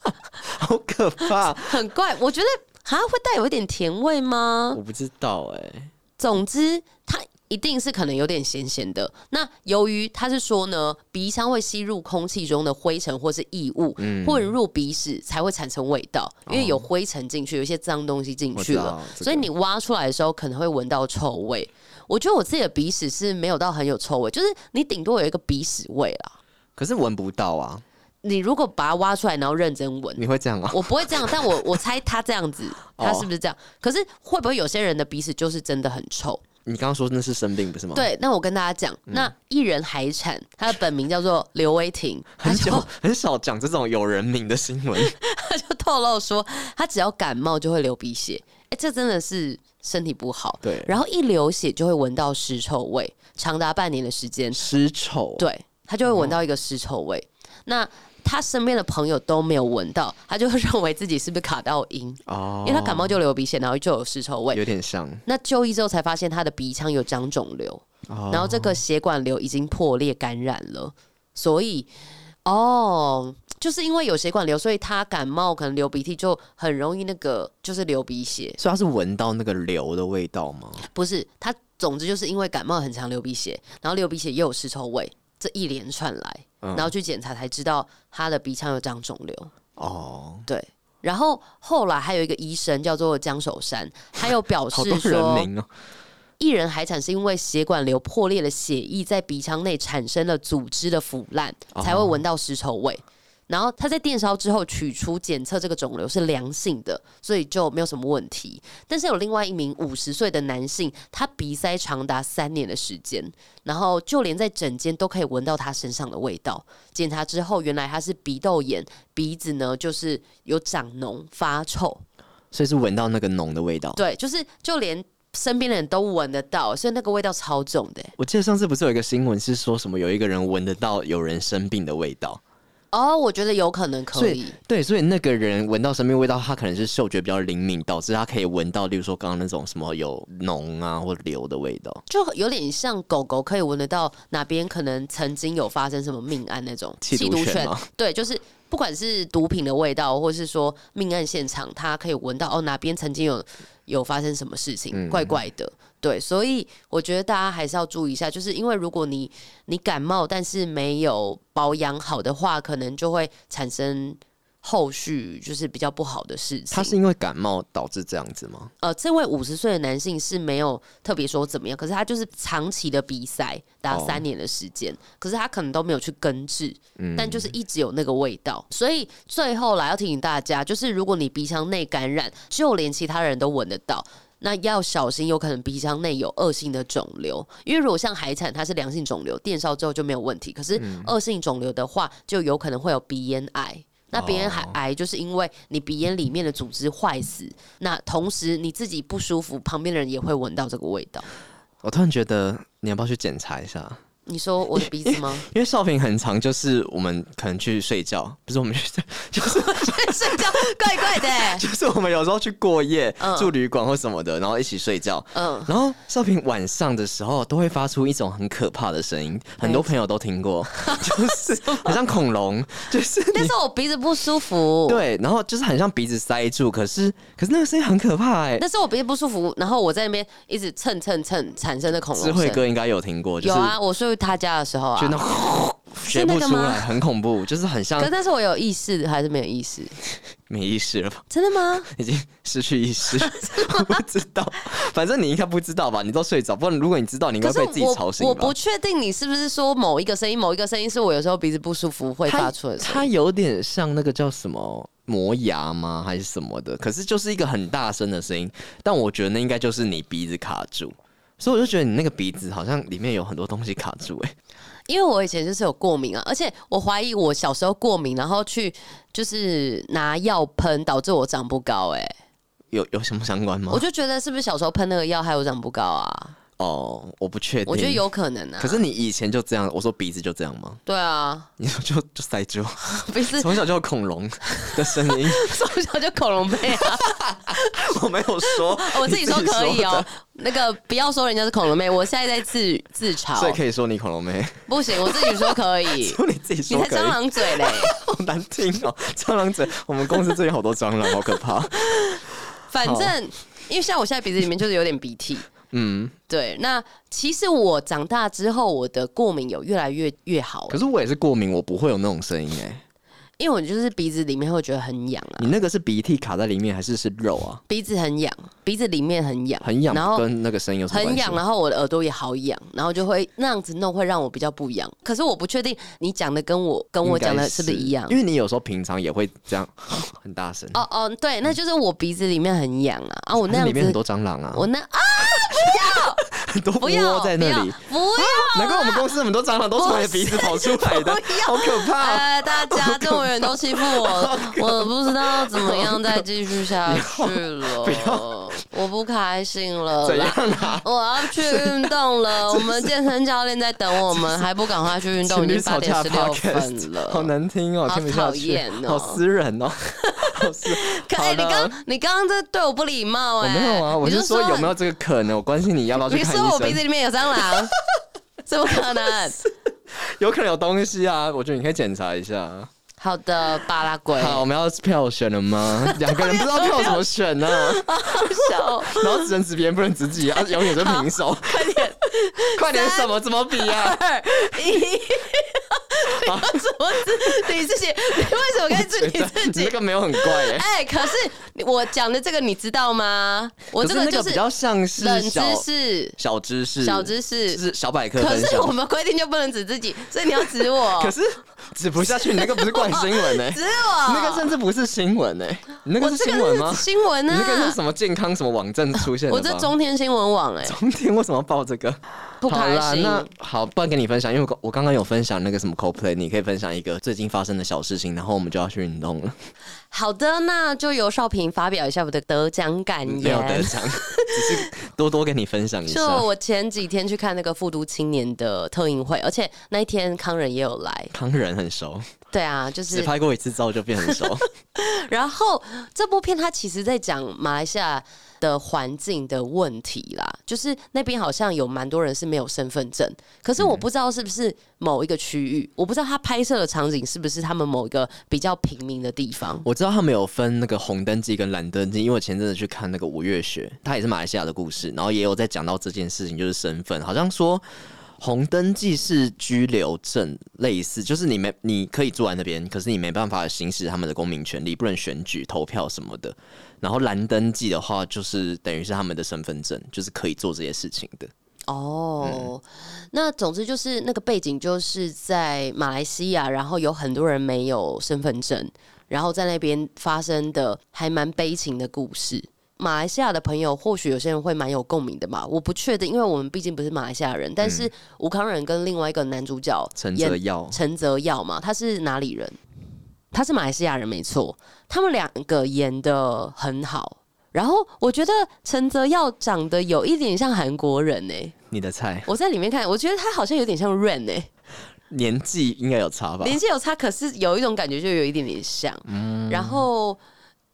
Speaker 3: (laughs) 好可怕！
Speaker 4: 很怪。我觉得好像会带有一点甜味吗
Speaker 3: 我？不知道哎、
Speaker 4: 总之，它一定是可能有点咸咸的。那由于它是说呢，鼻腔会吸入空气中的灰尘或是异物，
Speaker 3: 嗯
Speaker 4: 混入鼻屎才会产生味道，因为有灰尘进去，有一些脏东西进去
Speaker 3: 哦
Speaker 4: 了
Speaker 3: 我知道，这个
Speaker 4: 所以你挖出来的时候可能会闻到臭味。我觉得我自己的鼻屎是没有到很有臭味，就是你顶多有一个鼻屎味啦。
Speaker 3: 可是闻不到啊，
Speaker 4: 你如果把它挖出来，然后认真闻，
Speaker 3: 你会这哦样啊？
Speaker 4: 我不会
Speaker 3: (laughs)
Speaker 4: 这样，但我我猜他这样子，他是不是这样？可是会不会有些人的鼻屎就是真的很臭？
Speaker 3: 你刚刚说那是生病不是吗？，
Speaker 4: 对，那我跟大家讲，
Speaker 3: 嗯
Speaker 4: 那艺人海产，他的本名叫做刘威婷，他
Speaker 3: (laughs) 很
Speaker 4: 就
Speaker 3: 久很少讲这种有人名的新
Speaker 4: (laughs)
Speaker 3: 闻。
Speaker 4: 他就透露说，他只要感冒就会流鼻血，哎、这真的是身体不好。
Speaker 3: 对
Speaker 4: 然后一流血就会闻到尸臭味，长达半年的时间，
Speaker 3: 尸臭，
Speaker 4: 对他就会闻到一个尸臭味。那他身边的朋友都没有闻到，他就会认为自己是不是卡到音，
Speaker 3: 哦
Speaker 4: 因为他感冒就流鼻血，然后就有尸臭味。
Speaker 3: 有点像，
Speaker 4: 那就医之后才发现他的鼻腔有长肿瘤，
Speaker 3: 哦
Speaker 4: 然后这个血管瘤已经破裂感染了，所以哦，就是因为有血管瘤，所以他感冒可能流鼻涕就很容易那个就是流鼻血，
Speaker 3: 所以他是闻到那个硫的味道吗？
Speaker 4: 不是他，总之就是因为感冒很常流鼻血，然后流鼻血又有尸臭味，这一连串来，
Speaker 3: 嗯
Speaker 4: 然后去检查才知道他的鼻腔有长肿瘤，
Speaker 3: 哦，
Speaker 4: 对。然后后来还有一个医生叫做江守山，他又表示
Speaker 3: 好多
Speaker 4: 说，
Speaker 3: 人名哦，
Speaker 4: 艺人海产是因为血管瘤破裂了血液在鼻腔内产生了组织的腐烂，才会闻到尸臭味。然后他在电烧之后取出检测这个肿瘤是良性的，所以就没有什么问题。但是有另外一名五十岁的男性，他鼻塞长达三年的时间，然后就连在枕间都可以闻到他身上的味道。检查之后，原来他是鼻窦炎，鼻子呢就是有长脓发臭，
Speaker 3: 所以是闻到那个浓的味道。
Speaker 4: 对，就是就连身边的人都闻得到，所以那个味道超重的欸、
Speaker 3: 我记得上次不是有一个新闻是说什么有一个人闻得到有人生病的味道，
Speaker 4: 哦，我觉得有可能可
Speaker 3: 所
Speaker 4: 以。
Speaker 3: 对，所以那个人闻到生病味道，他可能是嗅觉比较灵敏，导致他可以闻到，例如说刚刚那种什么有脓啊或硫的味道。
Speaker 4: 就有点像狗狗可以闻得到哪边可能曾经有发生什么命案那种
Speaker 3: 缉毒犬吗
Speaker 4: 对，就是不管是毒品的味道，或是说命案现场，它可以闻到哦哪边曾经有有发生什么事
Speaker 3: 嗯
Speaker 4: 情，怪怪的。对，所以我觉得大家还是要注意一下，就是因为如果你你感冒但是没有保养好的话，可能就会产生后续就是比较不好的事情。
Speaker 3: 他是因为感冒导致这样子吗？
Speaker 4: 呃，这位五十岁的男性是没有特别说怎么样，可是他就是长期的鼻塞，达
Speaker 3: 哦
Speaker 4: 三年的时间，可是他可能都没有去根治，但就是一直有那个味道。所以最后来要提醒大家，就是如果你鼻腔内感染，就连其他人都闻得到。那要小心，有可能鼻腔内有恶性的肿瘤，因为如果像海产它是良性肿瘤，电烧之后就没有问题。可是恶性肿瘤的话，就有可能会有鼻咽癌。
Speaker 3: 哦
Speaker 4: 那鼻咽癌癌就是因为你鼻咽里面的组织坏死，那同时你自己不舒服，旁边的人也会闻到这个味道。
Speaker 3: 我突然觉得你要不要去检查一下？
Speaker 4: 你说我的鼻子吗？
Speaker 3: 因为少平很长，就是我们可能去睡觉，不是我们去， (laughs) (laughs) 就是
Speaker 4: 睡觉怪怪的、
Speaker 3: (laughs)
Speaker 4: (laughs)
Speaker 3: 就是我们有时候去过夜，
Speaker 4: 嗯
Speaker 3: 住旅馆或什么的，然后一起睡觉。
Speaker 4: 嗯，
Speaker 3: 然后少平晚上的时候都会发出一种很可怕的声音，很多朋友都听
Speaker 4: (laughs)
Speaker 3: 过，就是很像恐龙，就是
Speaker 4: 但是我鼻子不舒服。。
Speaker 3: 对，然后就是很像鼻子塞住，可是可是那个声音很可怕哎、
Speaker 4: 但是我鼻子不舒服，然后我在那边一直蹭蹭蹭，产生的恐
Speaker 3: 智
Speaker 4: 龙
Speaker 3: 慧
Speaker 4: 声。
Speaker 3: 哥应该有听过，就
Speaker 4: 有
Speaker 3: 是
Speaker 4: 啊，我睡他家的时候
Speaker 3: 就
Speaker 4: 啊
Speaker 3: 那， (laughs) 学
Speaker 4: 那
Speaker 3: 不
Speaker 4: 个
Speaker 3: 出
Speaker 4: 吗
Speaker 3: 来，很恐
Speaker 4: (laughs)
Speaker 3: 怖，就是很像
Speaker 4: 可是但是我有意识还是没有意识？
Speaker 3: 没意识了吧，
Speaker 4: 真的吗？
Speaker 3: 已经失去意识，
Speaker 4: (laughs)
Speaker 3: 我不知道，反正你应该不知道吧？你都睡着，不然如果你知道，你应
Speaker 4: 可是
Speaker 3: 该被自己吵
Speaker 4: 我
Speaker 3: 醒
Speaker 4: 我
Speaker 3: 吧
Speaker 4: 不？确定你是不是说某一个声音，某一个声音是我有时候鼻子不舒服会发
Speaker 3: 它
Speaker 4: 出的声音。
Speaker 3: 它有点像那个叫什么磨牙吗？还是什么的？可是就是一个很大声的声音，但我觉得那应该就是你鼻子卡住。所以我就觉得你那个鼻子好像里面有很多东西卡住、欸，哎，
Speaker 4: 因为我以前就是有过敏啊，而且我怀疑我小时候过敏，然后去就是拿药喷，导致我长不高、欸。哎，
Speaker 3: 有有什么相关吗
Speaker 4: 我？就觉得是不是小时候喷那个药害我长不高啊？
Speaker 3: 哦，我不确定，
Speaker 4: 我觉得有可能啊。
Speaker 3: 可是你以前就这样，我说鼻子就这样吗？
Speaker 4: 对
Speaker 3: (laughs)
Speaker 4: 啊，
Speaker 3: 你说就就塞住，
Speaker 4: 鼻子
Speaker 3: 从小就有恐龙的声音，
Speaker 4: 从小就恐龙背
Speaker 3: (laughs)
Speaker 4: 啊，
Speaker 3: 我没有说，
Speaker 4: 我自己说可以哦、
Speaker 3: 你自己说的。
Speaker 4: 那个不要说人家是恐龙妹，我现在在自自
Speaker 3: 所以
Speaker 4: 嘲，
Speaker 3: 可以说你恐龙妹，，
Speaker 4: 不行，我自己说可以
Speaker 3: (laughs) 说你自己
Speaker 4: 你
Speaker 3: 说
Speaker 4: 才
Speaker 3: 可
Speaker 4: 蟑
Speaker 3: 以，
Speaker 4: 螂嘴嘞。
Speaker 3: (laughs) 好难听哦、蟑螂嘴，我们公司最近好多蟑螂，好可怕。
Speaker 4: 反正因为像我现在鼻子里面就是有点鼻涕，
Speaker 3: 嗯，
Speaker 4: 对，那其实我长大之后，我的过敏有越来越越好、
Speaker 3: 可是我也是过敏，我不会有那种声音哎、
Speaker 4: 因为我就是鼻子里面会觉得很痒啊
Speaker 3: 你，那个是鼻涕卡在里面，还是是肉啊？
Speaker 4: 鼻子很痒，鼻子里面很痒，
Speaker 3: 很痒
Speaker 4: 然，后
Speaker 3: 跟那个声音有什么关
Speaker 4: 很
Speaker 3: 系？
Speaker 4: 痒，啊然后我的耳朵也好痒，然后就会那样子弄，会让我比较不痒。可是我不确定你讲的跟我跟我讲的是不是一样
Speaker 3: 应该是因。为你有时候平常也会这样很大声，
Speaker 4: 哦哦，对，那就是我鼻子里面很痒啊啊！我那
Speaker 3: 它里
Speaker 4: 样
Speaker 3: 面
Speaker 4: 子，
Speaker 3: 很多蟑螂啊， (laughs)
Speaker 4: 我那啊
Speaker 3: 很多
Speaker 4: 不要
Speaker 3: 窝在那里。，啊
Speaker 4: 不要不要
Speaker 3: 难怪我们公司很多蟑螂都从你的鼻子跑出来
Speaker 4: (laughs)
Speaker 3: 的，好可怕！
Speaker 4: 哎，大家这么远都欺负
Speaker 3: (laughs)
Speaker 4: 我，我不知道怎么样再继续下去
Speaker 3: (laughs)
Speaker 4: 了，我不开心了
Speaker 3: 怎样
Speaker 4: 啦。
Speaker 3: 啊？
Speaker 4: 我要去运动
Speaker 3: (laughs)
Speaker 4: 了，我们健身教练在等我们，还不赶快去运动，
Speaker 3: 情
Speaker 4: 已
Speaker 3: 侣
Speaker 4: 经八
Speaker 3: 吵
Speaker 4: 点
Speaker 3: 架
Speaker 4: 十六
Speaker 3: podcast
Speaker 4: 分了。
Speaker 3: 好难听哦，
Speaker 4: 好
Speaker 3: 听不下去
Speaker 4: 讨厌，哦
Speaker 3: 好私
Speaker 4: (laughs)
Speaker 3: 人哦。好私
Speaker 4: 可
Speaker 3: 好
Speaker 4: 哎，你
Speaker 3: 了
Speaker 4: 刚你刚刚这对我不礼貌
Speaker 3: 我
Speaker 4: 哎、
Speaker 3: 没有啊，我
Speaker 4: 你
Speaker 3: 是
Speaker 4: 就
Speaker 3: 说有没有这个可能？我关心你要不要去
Speaker 4: 你
Speaker 3: 看
Speaker 4: 说我
Speaker 3: 医
Speaker 4: 鼻子
Speaker 3: 生？
Speaker 4: 里面有蟑
Speaker 3: (laughs)
Speaker 4: 螂，怎么可能？
Speaker 3: 有可能有东西啊，我觉得你可以检查一下。
Speaker 4: 好的，巴拉圭，
Speaker 3: 好，我们要票选了吗？
Speaker 4: (laughs)
Speaker 3: 两个人不知道票怎么选呢，
Speaker 4: 好笑。
Speaker 3: 然后只能指别人不能指自己，啊，永
Speaker 4: (laughs)
Speaker 3: 远 (laughs) 是平手。快点，快点，什么怎么比啊？
Speaker 4: 二一，什么是你自己？你为什么该治 (laughs) 你自
Speaker 3: (laughs) 你
Speaker 4: 己
Speaker 3: 这？个没有很怪哎、
Speaker 4: 哎、可是我讲的这个你知道吗？我
Speaker 3: 可
Speaker 4: 这
Speaker 3: 是那
Speaker 4: 就
Speaker 3: 个比较像是
Speaker 4: 冷知
Speaker 3: 小
Speaker 4: 识、
Speaker 3: 小知识、
Speaker 4: 小知识
Speaker 3: 就是小百科
Speaker 4: 可
Speaker 3: 分
Speaker 4: 是我
Speaker 3: 享。
Speaker 4: 们规定就不能指自己，所以你要指我，
Speaker 3: (laughs) 可是指不下去，你那个不是怪新闻哎、
Speaker 4: 指 (laughs) 我，
Speaker 3: 那个甚至不是新闻哎、你那
Speaker 4: 我
Speaker 3: 个是
Speaker 4: 这
Speaker 3: 新闻吗
Speaker 4: 个？是新闻
Speaker 3: 你
Speaker 4: 啊，
Speaker 3: 那个是什么健康什么网站出现的吧？
Speaker 4: 我这
Speaker 3: (laughs)
Speaker 4: 中天新闻网哎、
Speaker 3: 中天为什么要报这个？
Speaker 4: 不
Speaker 3: 好
Speaker 4: 开
Speaker 3: 啦，
Speaker 4: 心。
Speaker 3: 那好，不然跟你分享，因为我刚我刚刚有分享那个什么 CoPlay，你可以分享一个最近发生的小事情，然后我们就要去运动了。
Speaker 4: 好的，那就由少平发表一下我的得奖感
Speaker 3: 没有得
Speaker 4: 言。
Speaker 3: 奖，只是多多跟你分享一下
Speaker 4: 就。我前几天去看那个复读青年的特映会，而且那一天康仁也有来。
Speaker 3: 康仁很熟，
Speaker 4: 对啊，就
Speaker 3: 只
Speaker 4: 是，
Speaker 3: 拍过一次照就变很熟。
Speaker 4: 然后这部片它其实在讲马来西亚的环境的问题啦，就是那边好像有蛮多人是没有身份证，可是我
Speaker 3: 嗯
Speaker 4: 不知道是不是某一个区域，我不知道他拍摄的场景是不是他们某一个比较平民的地方。
Speaker 3: 我知道他们有分那个红灯记跟蓝灯记，因为我前阵子去看那个五月雪，它也是马来西亚的故事，然后也有在讲到这件事情，就是身份，好像说红灯记是居留证类似，就是你没你可以住在那边，可是你没办法行使他们的公民权利，不能选举、投票什么的。然后蓝登记的话，就是等于是他们的身份证，就是可以做这些事情的。嗯
Speaker 4: 哦，那总之就是那个背景就是在马来西亚，然后有很多人没有身份证，然后在那边发生的还蛮悲情的故事。马来西亚的朋友或许有些人会蛮有共鸣的吧，我不确定，因为我们毕竟不是马来西亚人。但是吴康仁跟另外一个男主角
Speaker 3: 嗯陈
Speaker 4: 演
Speaker 3: 泽耀
Speaker 4: 陈泽耀嘛，他是哪里人？他是马来西亚人，没错。他们两个演的很好，然后我觉得陈泽耀长得有一点像韩国人欸呢、
Speaker 3: 你的菜
Speaker 4: 我在里面看，我觉得他好像有点像 Rain 哎、
Speaker 3: 年纪应该有差吧？
Speaker 4: 年纪有差，可是有一种感觉就有一点点像。然后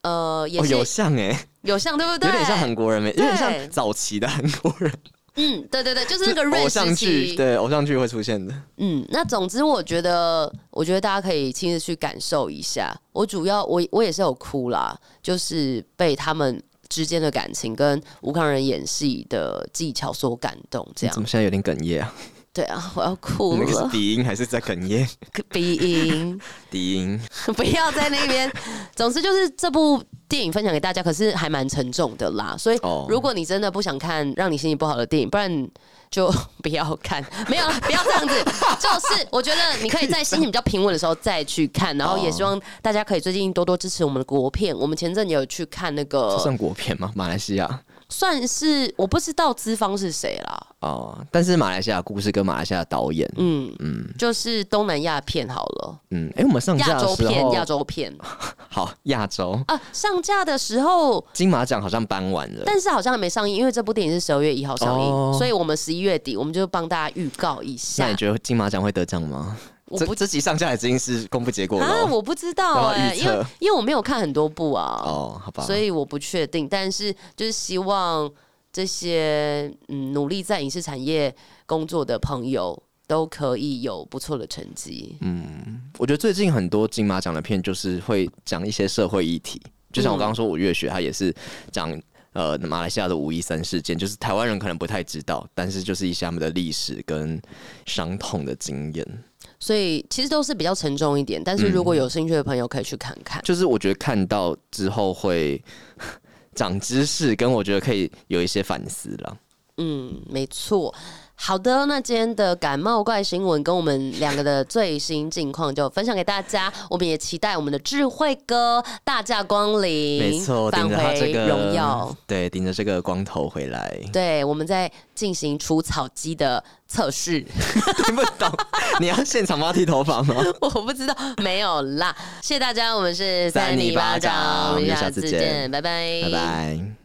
Speaker 4: 呃，也
Speaker 3: 嗯哦，
Speaker 4: 是
Speaker 3: 有像哎、
Speaker 4: 有像，对不对？
Speaker 3: 有点像韩国人没，有点
Speaker 4: 对
Speaker 3: 像早期的韩国人，
Speaker 4: 嗯，对对对，就是那个 Rain
Speaker 3: 偶像
Speaker 4: 时
Speaker 3: 剧
Speaker 4: 期。
Speaker 3: 对偶像剧会出现的。
Speaker 4: 嗯，那总之我觉得，我觉得大家可以亲自去感受一下。我主要我我也是有哭啦，就是被他们之间的感情跟吴康仁演戏的技巧所感动，这
Speaker 3: 你怎
Speaker 4: 样
Speaker 3: 么。现在有点哽咽啊？
Speaker 4: 对啊，我要哭
Speaker 3: (laughs) 你那个
Speaker 4: 了
Speaker 3: 是，鼻音还是在哽咽？ (laughs)
Speaker 4: 鼻音。
Speaker 3: 鼻音。
Speaker 4: (laughs) 不要在那边。总之就是这部电影分享给大家，可是还蛮沉重的啦。所以
Speaker 3: 哦
Speaker 4: 如果你真的不想看让你心情不好的电影，不然就 (laughs) 不要看。没有啦，不要这样子。就是我觉得你可以在心情比较平稳的时候再去看，然后也希望大家可以最近多多支持我们的国片。我们前阵也有去看那
Speaker 3: 这
Speaker 4: 个，
Speaker 3: 算国片吗？马来西亚
Speaker 4: 算是我不知道资方是谁啦，
Speaker 3: 哦，但是马来西亚故事跟马来西亚导演，
Speaker 4: 嗯嗯，就是东南亚片好了，
Speaker 3: 嗯，哎、我们上
Speaker 4: 亚
Speaker 3: 架的
Speaker 4: 洲
Speaker 3: 时
Speaker 4: 片，
Speaker 3: 候，
Speaker 4: 亚洲片
Speaker 3: 好亚洲
Speaker 4: 啊，上架的时候。
Speaker 3: 金马奖好像颁完了，
Speaker 4: 但是好像还没上映，因为这部电影是十二月一号上映，
Speaker 3: 哦
Speaker 4: 所以我们十一月底我们就帮大家预告一
Speaker 3: 那
Speaker 4: 下
Speaker 3: 你。觉得金马奖会得奖吗？
Speaker 4: 我
Speaker 3: 这
Speaker 4: 不
Speaker 3: 这集上架已经是公布结果了
Speaker 4: 啊，
Speaker 3: 哦。
Speaker 4: 我不知道
Speaker 3: 干嘛
Speaker 4: 哎、
Speaker 3: 预测
Speaker 4: 因为因为我没有看很多部啊，
Speaker 3: 哦，好吧，
Speaker 4: 所以我不确定。但是就是希望这些嗯努力在影视产业工作的朋友都可以有不错的成绩。
Speaker 3: 嗯我觉得最近很多金马奖的片就是会讲一些社会议题，就像我刚刚说五月雪，它也是讲。呃，马来西亚的五一三事件，就是台湾人可能不太知道，但是就是一些他们的历史跟伤痛的经验，
Speaker 4: 所以其实都是比较沉重一点，但是如
Speaker 3: 嗯
Speaker 4: 果有兴趣的朋友可以去看看。
Speaker 3: 就是我觉得看到之后会长知识，跟我觉得可以有一些反思了。
Speaker 4: 嗯，没错。好的，那今天的感冒怪新闻跟我们两个的最新近况就分享给大家，我们也期待我们的智慧哥大驾光临，
Speaker 3: (laughs) 没错，
Speaker 4: 返
Speaker 3: 顶着他这
Speaker 4: 回
Speaker 3: 个
Speaker 4: 荣耀。，
Speaker 3: (laughs) 对，顶着这个光头回 (laughs) 来，
Speaker 4: 对，我们在进行除草机的测试， (laughs)
Speaker 3: 听不懂？你要现场帮他剃头发吗？
Speaker 4: 我不知道没有啦，谢谢大家，我们是
Speaker 3: 三
Speaker 4: 三
Speaker 3: 尼
Speaker 4: 尼巴
Speaker 3: 巴掌
Speaker 4: 掌，我们
Speaker 3: 我们
Speaker 4: 下
Speaker 3: 下
Speaker 4: 次
Speaker 3: 次
Speaker 4: 见，
Speaker 3: 见
Speaker 4: 拜拜，
Speaker 3: 拜。拜。